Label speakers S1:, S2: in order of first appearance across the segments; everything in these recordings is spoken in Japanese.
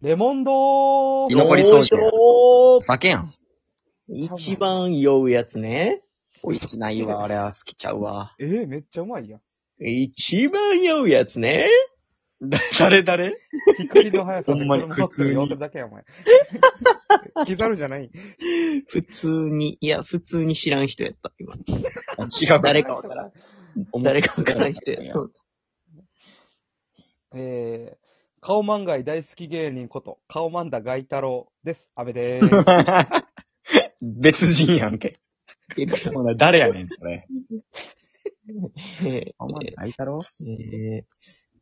S1: レモンド
S2: 居残り掃除や
S1: よ
S2: 酒やん。
S3: 一番酔うやつね。
S2: 好きない わ、あれは好きちゃうわ。
S1: えーめっちゃうまいやん。
S3: 一番酔うやつね。
S2: 誰誰
S1: 光の速さ
S2: ほんまに
S1: 車の速度で
S2: 普通に
S1: 分かるだけや、お前。 キザルじゃない。
S3: 普通に、いや、普通に知らん人やった、今。
S2: 違う。
S3: 誰かわからん。誰かわからん人やった。
S1: えー、顔漫画大好き芸人こと、顔漫画外太郎です。安部でーす。
S2: 別人やんけ。
S3: えー
S2: 誰やねん、それ。
S3: え
S2: あんま
S3: ー
S2: ないだろ
S3: えー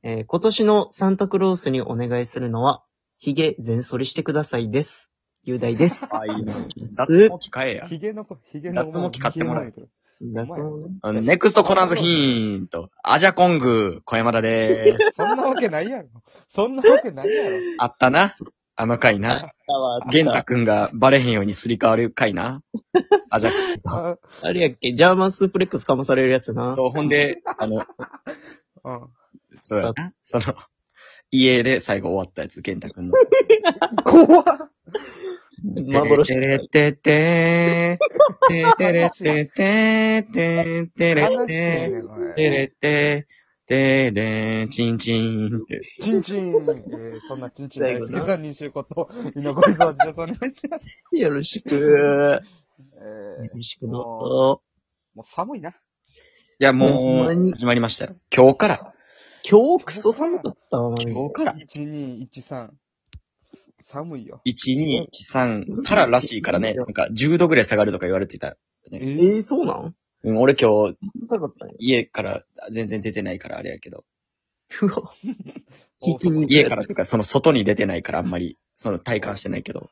S3: えー今年のサンタクロースにお願いするのは、ヒゲ全剃りしてくださいです。雄大です。
S2: あ、いいな。
S3: す
S2: 脱毛機買えや。
S1: ヒゲの子、ヒゲの
S2: 脱毛器買ってもらえ
S1: ヒゲの
S3: だそうね
S2: あのネクストコナンズヒーンと、アジャコング、小山田でー す。
S1: そんなわけないやろ。そんなわけないや ろ。
S2: あったな。あの回な。玄太くんがバレへんようにすり替わる回な。アジャ
S1: あ
S3: あれやっけ、ジャーマンスープレックスかまされるやつな。
S2: そう、ほんで、あの、
S1: うん。
S2: そうやな。その、家で最後終わったやつ、玄太くんの。
S1: 怖っ。
S3: 幻
S2: てれててー、てれててー、ててれ
S1: 悲しい
S2: てー
S1: ね、こ
S2: て
S1: れ。
S2: れて、てれ、ちんちんって。
S1: チンチン。えー、そんなチンチン大好き
S3: 最後な
S1: さん二週こと、 居残り掃除です。お願いします。
S3: よろしく。
S1: え
S3: よ
S1: ー、
S3: ろしくどうぞ
S1: もう寒いな。
S2: いや、
S3: ほん
S2: も
S3: ま
S2: う、
S3: に
S2: 始まりましたよ。今日から。
S3: 今日クソ寒かったわ、マジで
S2: 今日から。
S1: 一二一三。寒いよ。
S2: 1213かららしいからね。なんか、10度ぐらい下がるとか言われてた。
S1: え
S3: え
S1: ー
S3: ー、そうなん
S2: うん、俺今日、
S3: 寒かったんや。
S2: 家から全然出てないからあれやけど。
S3: うわ。ひき肉
S2: 家からとか、その外に出てないからあんまり、その体感してないけど。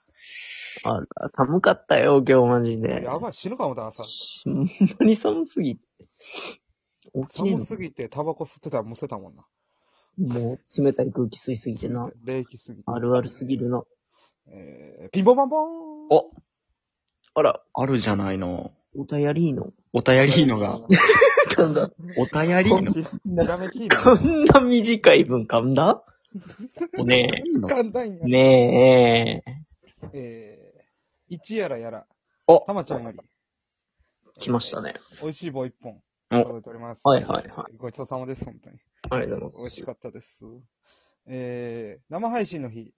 S3: あら、寒かったよ、今日マジで。
S1: やばい、死ぬかもだ、朝。
S3: ほんまに寒すぎて。起きれん
S1: 寒すぎてタバコ吸ってたらむせたもんな。
S3: もう冷たい空気吸いすぎてな。
S1: 冷気すぎて。
S3: あるあるすぎるな。
S1: えー、ピンポンパンポーン
S2: お、
S3: あら、
S2: あるじゃないの。
S3: お便りーの。
S2: お便りのが。
S3: 噛んだ。
S2: お便りの。
S1: ひらめきい
S3: こんな短い文噛んだね
S1: 簡単や。
S3: え。ねえ。
S1: えー、一やらやら。
S2: お
S1: たまちゃんより。
S3: 来ましたね。
S1: 美味しい棒一本。
S2: お
S1: 届いております。
S3: はいはいはい
S1: ごちそうさまです、本当に。
S3: ありがとうござい
S1: 美
S3: ま
S1: 味し
S3: す。
S1: かったです。えー、生配信の日、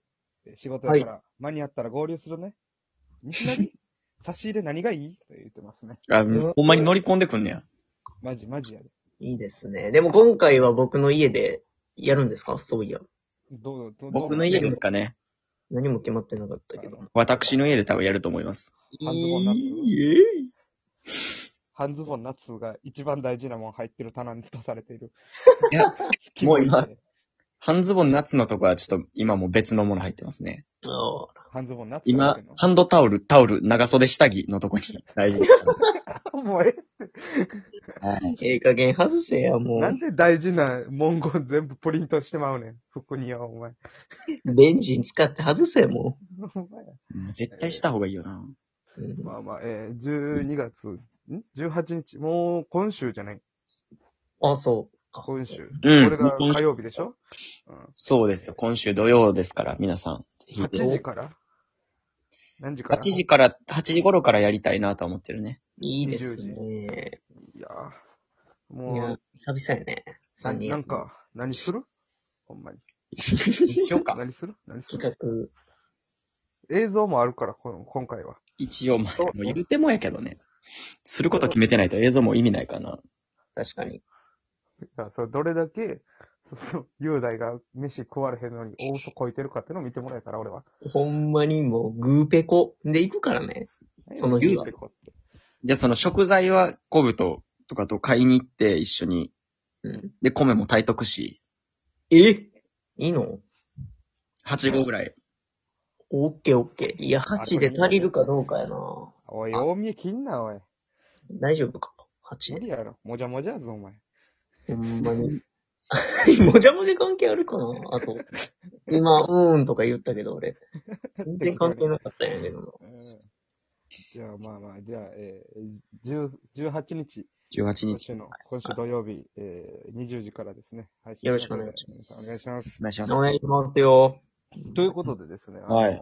S1: えー仕事やから、間に合ったら合流するね。西 成差し入れ何がいいと言ってますね。
S2: あほんまに乗り込んでくんねや。
S1: マジマジやで。
S3: いいですね。でも今回は僕の家でやるんですかそういや。
S1: どうどうどう
S2: 僕の家ですかね。
S3: 何も決まってなかったけど。
S2: 私の家で多分やると思います。
S1: 半ズボンなんですよ
S3: いいえい
S1: 半ズボン夏が一番大事なもん入ってる棚にとされている。
S2: いや、もう今
S1: キモいね。
S2: 半ズボン夏のとこはちょっと今もう別のもの入ってますね。
S3: あ
S1: 半ズボン夏が入っ
S2: 今
S1: てんの、
S2: ハンドタオル、タオル、長袖下着のとこに。はい。
S1: もうえ
S2: はい
S3: ええ加減外せや、も
S1: なん
S3: う。
S1: で大事な文言全部プリントしてまうねん。服にはお 前。
S3: ベンジン使って外せ、も
S1: お前
S2: 絶対した方がいいよな。
S3: う。うん
S1: まあまあ、えー、12月、ん ?18 日。もう今週じゃない。
S3: あ、そう。
S1: 今。週。
S2: うん
S1: これが
S2: 今週
S1: 火曜日でしょ、うん、
S2: そうですよ。今週土曜ですから、皆さん。
S1: ?8 時から何時から
S2: 8時から、8時頃からやりたいなと思ってるね。
S3: いいですね。
S1: いやー
S3: いや
S1: も、
S3: 久々やね。
S1: う、な
S3: 3人。
S1: なん。か、何するほんまに。
S2: 一緒か。
S1: 何する何する
S3: 企画。
S1: 映像もあるから、この今回は。
S2: 一応、まあ、もう言うてもやけどね。すること決めてないと映像も意味ないかな。
S3: 確かに。
S1: いや、それどれだけ、そうそう、雄大が飯食われへんのに大嘘こいてるかっていうのを見てもらえたら、俺は。
S3: ほんまにもう、グーペコで行くからね。その日
S1: 言
S3: は
S1: うてこって
S2: じゃあその食材は昆布と、とかと買いに行って一緒に。
S3: うん。
S2: で、米も炊いとくし、
S3: えいいの
S2: 8合ぐらい。
S3: オッケーオッケー。いや、8で足りるかどうかやな。
S1: おい、大見え切んな、おい。
S3: 大丈夫か。8
S1: 無
S3: で。
S1: 理やろ。もじゃもじゃやぞ、お前。
S3: ほんまに。 もじゃもじゃ関係あるかなあと。今、うーんとか言ったけど、俺。全然関係なかったんやけどな。
S1: うんじゃあ、まあまあ、じゃあ、えー、10 18日、
S2: 18
S1: 今
S2: 日。
S1: 週の、今週土曜日、えー、20時からですね、配信
S3: よろしくお願いします
S1: お願いします。
S2: お願いします
S3: お。願いしますよ。
S1: ということでですね、あの
S2: はい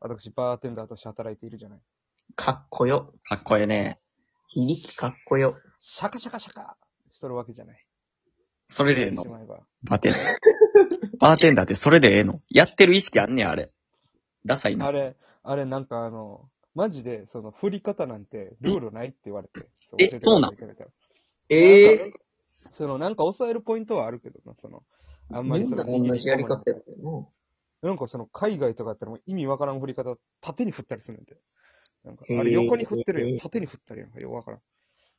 S1: 私、バーテンダーとして働いているじゃない。
S3: かっこよ。
S2: かっこええね。
S3: 響きかっこよ。
S1: シャカシャカシャカしとるわけじゃない。
S2: それでええ
S1: 言って
S2: の
S1: し。まえば
S2: バーテンダー。バーテンダーってそれでええの。やってる意識あんねや、あれ。ダサいな。
S1: あれ、あれなんかあの、マジで、その、振り方なんて、ルールないって言われて。教
S2: え
S1: て
S2: そうなん
S1: くれたら
S3: ええ
S1: その、なんか抑えるポイントはあるけどな、その、あんまり
S3: み
S1: そ
S3: ん
S1: の、
S3: な同じやり方やけど
S1: なんかその、海外とかやったらもう意味わからん振り方、縦に振ったりするんで。なんか、
S3: へー
S1: あれ横に振ってるよ。縦に振ったりなんかよくわからん。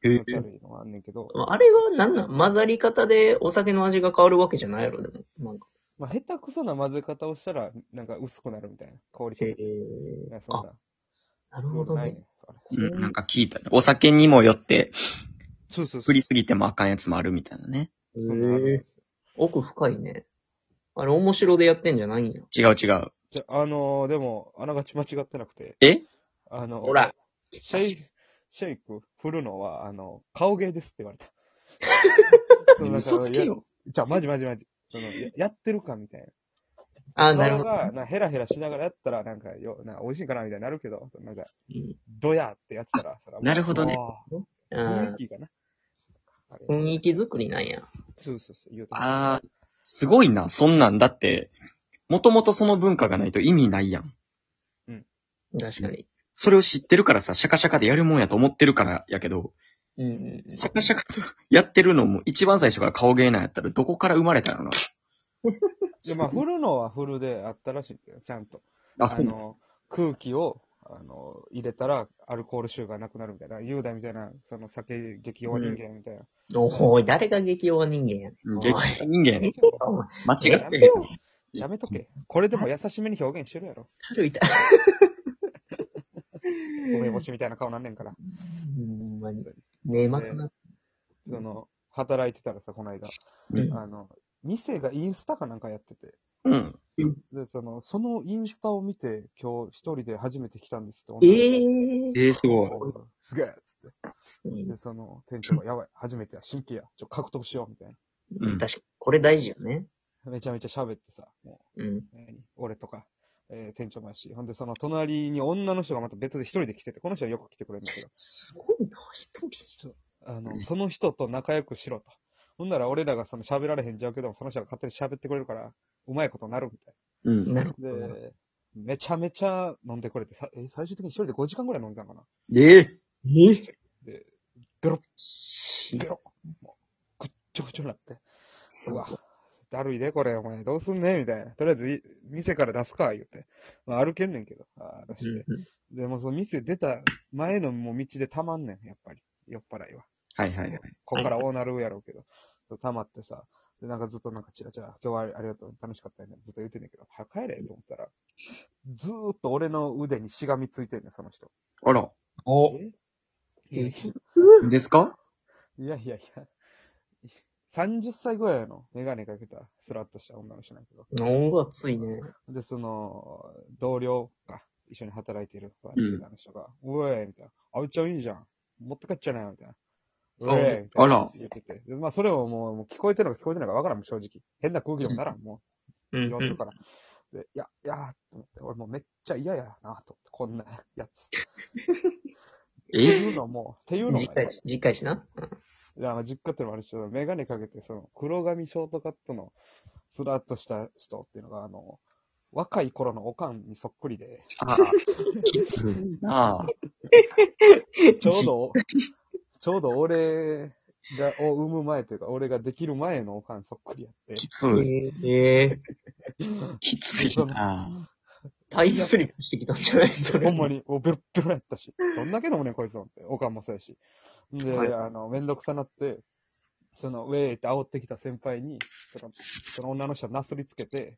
S2: え
S1: 気持ち悪いのがあんねんけど。
S3: な。あれはなんなん混ざり方でお酒の味が変わるわけじゃないやろ、でも。なんか。
S1: まあ、下手くそな混ぜ方をしたら、なんか薄くなるみたいな。香りと
S3: え
S1: か。
S3: え
S1: いや、そん
S3: あ、
S1: な。
S3: な
S1: ル
S3: るほ
S1: ール
S3: ど
S1: ない
S3: ね。
S1: ね。あれ
S2: うん、なんか聞いたね。お酒にもよって、
S1: そうそうそ
S2: 振
S1: う
S2: り。すぎてもあかんやつもあるみたいなね。
S3: え
S1: そんなんあるんですよ
S3: 奥深いね。あれ、面白でやってんじゃないん
S2: 違
S3: や。
S2: う違う。
S1: じゃ、あのー、でも、あながち間違ってなくて。
S2: え
S1: あの、
S3: ほら。
S1: シェイ、シェイク振るのは、あの、顔芸ですって言われた。 そのなんか
S2: 嘘つけ。よ。
S1: やじゃあ、マジマジマジ。そのや、やってるかみたいな。
S3: あ、
S1: 顔
S3: なるほど。
S1: が、な、ヘラヘラしながらやったら、なんか、よ、な、美味しいかなみたいになるけど、なんか、
S3: うん
S1: ドヤってやってたら、それはもう
S2: なるほどね。
S1: あー
S3: あ
S1: 雰囲気かな。あれ
S3: ー雰囲気作りなんや。
S1: そうそうそう、言うと。
S2: あー、すごいな。そんなんだって、もともとその文化がないと意味ないやん。
S3: 確かに。
S2: それを知ってるからさ、シャカシャカでやるもんやと思ってるからやけど、
S3: うんうん。
S2: シャカシャカやってるのも一番最初から顔芸なんやったらどこから生まれたのな。
S1: いや、まあ、振るのは振るであったらしいんだよ、ちゃんと。
S2: あ、そうなの
S1: の、空気を、あの、入れたら、アルコール臭がなくなるみたいな、雄大みたいな、その酒激弱人間みたいな。
S3: おい、誰が激弱人間やね
S2: うん
S3: ん。
S2: 激
S3: おい
S2: 化人間、
S3: お前
S2: 間違っ
S1: や
S2: て
S1: め
S2: る
S1: よやめとけ。これでも優しめに表現してるやろ。
S3: 歩いた。
S1: 梅干しみたいな顔なんねんから。
S3: ほんまに。ねえ、まくな。
S1: その、働いてたらさ、この間。
S2: うん
S1: あの、店がインスタかなんかやってて。
S2: うん。
S1: で、その、そのインスタを見て、今日一人で初めて来たんですって。え
S3: ええ
S2: えー、すごい。
S1: すげえっつって。で、その、店長が、やばい、初めてや、新規や、ちょ、獲得しよう、みたい
S2: うん
S3: 確かに、これ大事よね。
S1: な。めちゃめちゃ喋ってさ、もう、
S3: うん。
S1: 何俺とか、えー店長もやし、ほんでその隣に女の人がまた別で一人で来てて、この人はよく来てくれるんだけど、
S3: すごいな、一人。
S1: あ
S2: う
S1: の、
S2: ん
S1: その人と仲良くしろと。ほんなら俺らがその喋られへんじゃうけども、その人が勝手に喋ってくれるから、うまいことなるみたい
S2: うん。
S3: なるほ
S1: な。
S3: ど。
S1: で、めちゃめちゃ飲んでくれて、さえー最終的に一人で5時間ぐらい飲んでたのかな。
S2: えー、
S3: え
S1: で、ベロッ、ベロッ、もう、ぐっちょぐちょになって。うわ、だるいで、これ、お前、どうすんねみたいな。とりあえずい、店から出すか、言うて。まあ、歩けんねんけど、あー出して。でもその店出た前のもう道でたまんねん、やっぱり。酔っ払いは。
S2: はいはいはい。
S1: こっから大なるやろうけど。たまってさ。で、なんかずっとなんかチラチラ、今日はありがとう、楽しかったよね。ずっと言ってんねんけど、は帰れと思ったら、ずーっと俺の腕にしがみついてんねん、その人。
S2: あら。お
S1: いやい
S2: ですか
S1: やいやいや。30歳ぐらいのメガネかけた、スラッとした女の人なんやけど。
S3: 脳が熱いね。
S1: で、その、同僚が、一緒に働いてるバーテンダーの人が、おいみたいな。あうちゃんいいじゃん。持って帰っちゃいなよ、みたいな。
S3: うん
S1: おいみた
S2: あ
S1: いな
S2: ら。
S1: 言ってて。でまあ、それをもう、もう聞こえてるのか聞こえてないのかわからん、もう正直。変な空気でもならん、も
S3: う
S1: う。
S3: ん。
S1: 言われるから。で、いや、いやーと思って、俺もうめっちゃ嫌やな、と思って、こんなやつ。って
S2: え
S1: いうのも、っていううんのも、
S3: 次回し、次回しな。
S1: いや、まあ実家ってのもあるし、メガネかけて、その、黒髪ショートカットの、スラッとした人っていうのが、あの、若い頃のおかんにそっくりで、
S2: ああ。きついなあ。
S1: ちょうど、ちょうど俺が、を産む前というか、俺ができる前のおかんそっくりやって、
S2: きつい。
S3: ええ。
S2: きついな
S3: タイムスリップしてきたんじゃないそ れ。
S1: ほんまに、もうベロッベロやったし、どんだけ飲むねん、こいつもって、おかんもそうやし。で、
S3: はい
S1: あの、めんどくさなって、その、ウェーイって煽ってきた先輩に、その、その女の人をなすりつけ て、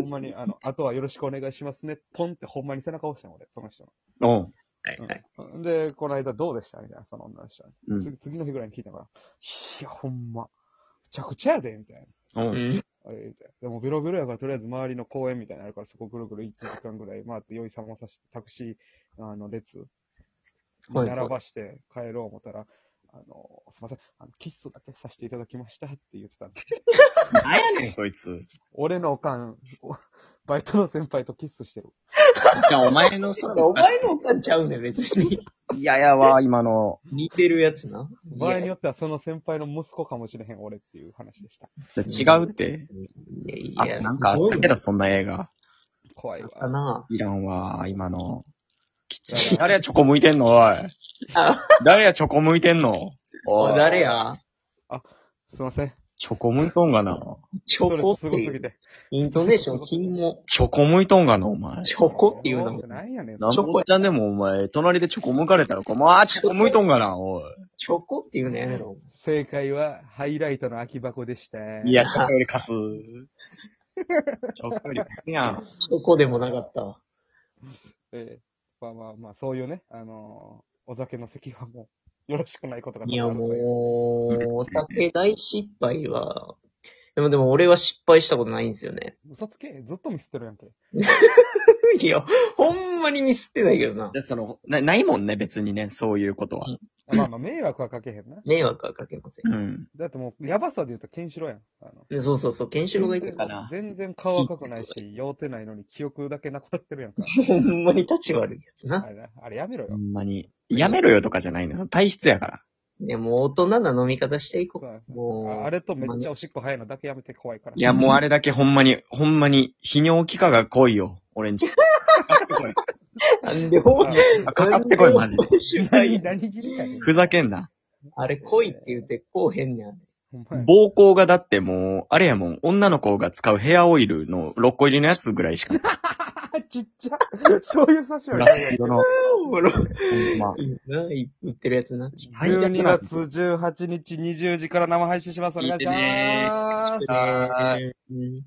S1: ほんまに、あの、あとはよろしくお願いしますね、ポンってほんまに背中押したの、俺、その人
S2: あ。おう。
S3: はいはい。
S1: の。で、この間どうでしたみたいな、その女の人に、
S2: うん
S1: 次次の日ぐらいに聞いたから、いや、ほんま、めちゃくちゃやで、みたいな。
S2: おう。
S1: あれみたいな。でもベロベロやから、とりあえず周りの公園みたいなのあるから、そこぐるぐる1時間ぐらい回って、酔いさまさし、タクシー、あの、列、
S3: はい
S1: 並ばして帰ろう思ったら、あの、すいません、あのキスだけさせていただきましたって言ってたんで。
S2: なんやねん、そいつ。
S1: 俺のおかん、おバイトの先輩とキスしてる。
S2: じゃあお前のそ
S3: お前のおかんちゃうね、別に。
S2: いややわ、今の。
S3: 似てるやつな。
S1: 場合によってはその先輩の息子かもしれへん俺っていう話でした。
S2: 違うって。
S3: い
S2: あ、
S3: やいや、
S2: なんかあったけ
S3: ど。
S2: ど、そんな映画。
S1: 怖いわ。
S3: かな。
S2: いらんわ、今の。きち誰やチョコ向いてんのおい。誰やチョコ向いてんの
S3: お
S2: おい。
S3: 誰や
S1: すいません。
S2: チョコ向いとんがな。
S3: チ
S1: スト
S3: ョ
S1: レ
S3: コっ
S1: ス
S3: て
S1: すごす
S3: い
S1: ぎ
S3: う。
S1: て。
S3: イントネーション、金も。
S2: チョコ向いとんがな、お前。
S3: チョコっていうのも。
S1: なんやねん。
S2: なんぼっちゃんでもお前、隣でチョコ向かれたのか。まあ、チョコ向いとんがな、おい。
S3: チョコっていうのやめろ。
S1: 正解は、ハイライトの空き箱でした。
S2: いや、チョコより 貸す。チョコより貸すやん。
S3: チョコでもなかったわ。
S1: えーまあまあまあ、そういうね、あのーお酒の席はもう、よ ろしくないことが
S3: いや、
S1: 多々あると
S3: もう、お酒大失敗は、でもでも俺は失敗したことないんですよね。
S1: う。嘘つけ、ずっとミスってるやんけ。
S3: いや、ほんまにミスってないけどな。
S2: で、その、な、ないもんね、別にね、そういうことは。
S1: あまあまあ、迷惑はかけへんな。
S3: 迷惑はかけません。
S2: うん。
S1: だってもう、やばさで言うと、ケンシロウやん。あの
S3: でそうそうそう、ケンシロウがいた
S2: かな
S1: 全然顔赤くないし、酔うてないのに記憶だけなくなってるやんか。
S3: ほんまに立ち悪いやつな
S1: あ。れなあれやめろ
S2: ほ
S1: よ。
S2: んまに。やめろよとかじゃないんだよ。その体質やから。
S3: ね、もう大人な飲み方していこ
S1: そうや
S3: う。もう。
S1: ああれとめっちゃおしっこ早いのだけやめて怖いから。
S2: いや、もうあれだけほんまに、ほんまに、泌尿器科が来いよ、俺 んち。かかってこい。
S3: なんでも、
S1: あ
S2: かかってこい、マジで。
S3: 取材
S1: 何、 何切りやねん。
S2: ふざけんな。
S3: あれ、恋って言ってこうへんねん。あれ
S1: ほんまや
S2: 膀胱がだってもう、あれやもん、女の子が使うヘアオイルの6個入りのやつぐらいしかない。
S1: あちっちゃ。醤油差しより
S2: ラストの、
S3: おもろい
S2: ほんま。
S3: な、言ってるやつな。
S1: 12月18日20時から生配信します。お願いし
S2: 聞いてね
S1: ます。
S2: あ
S3: うん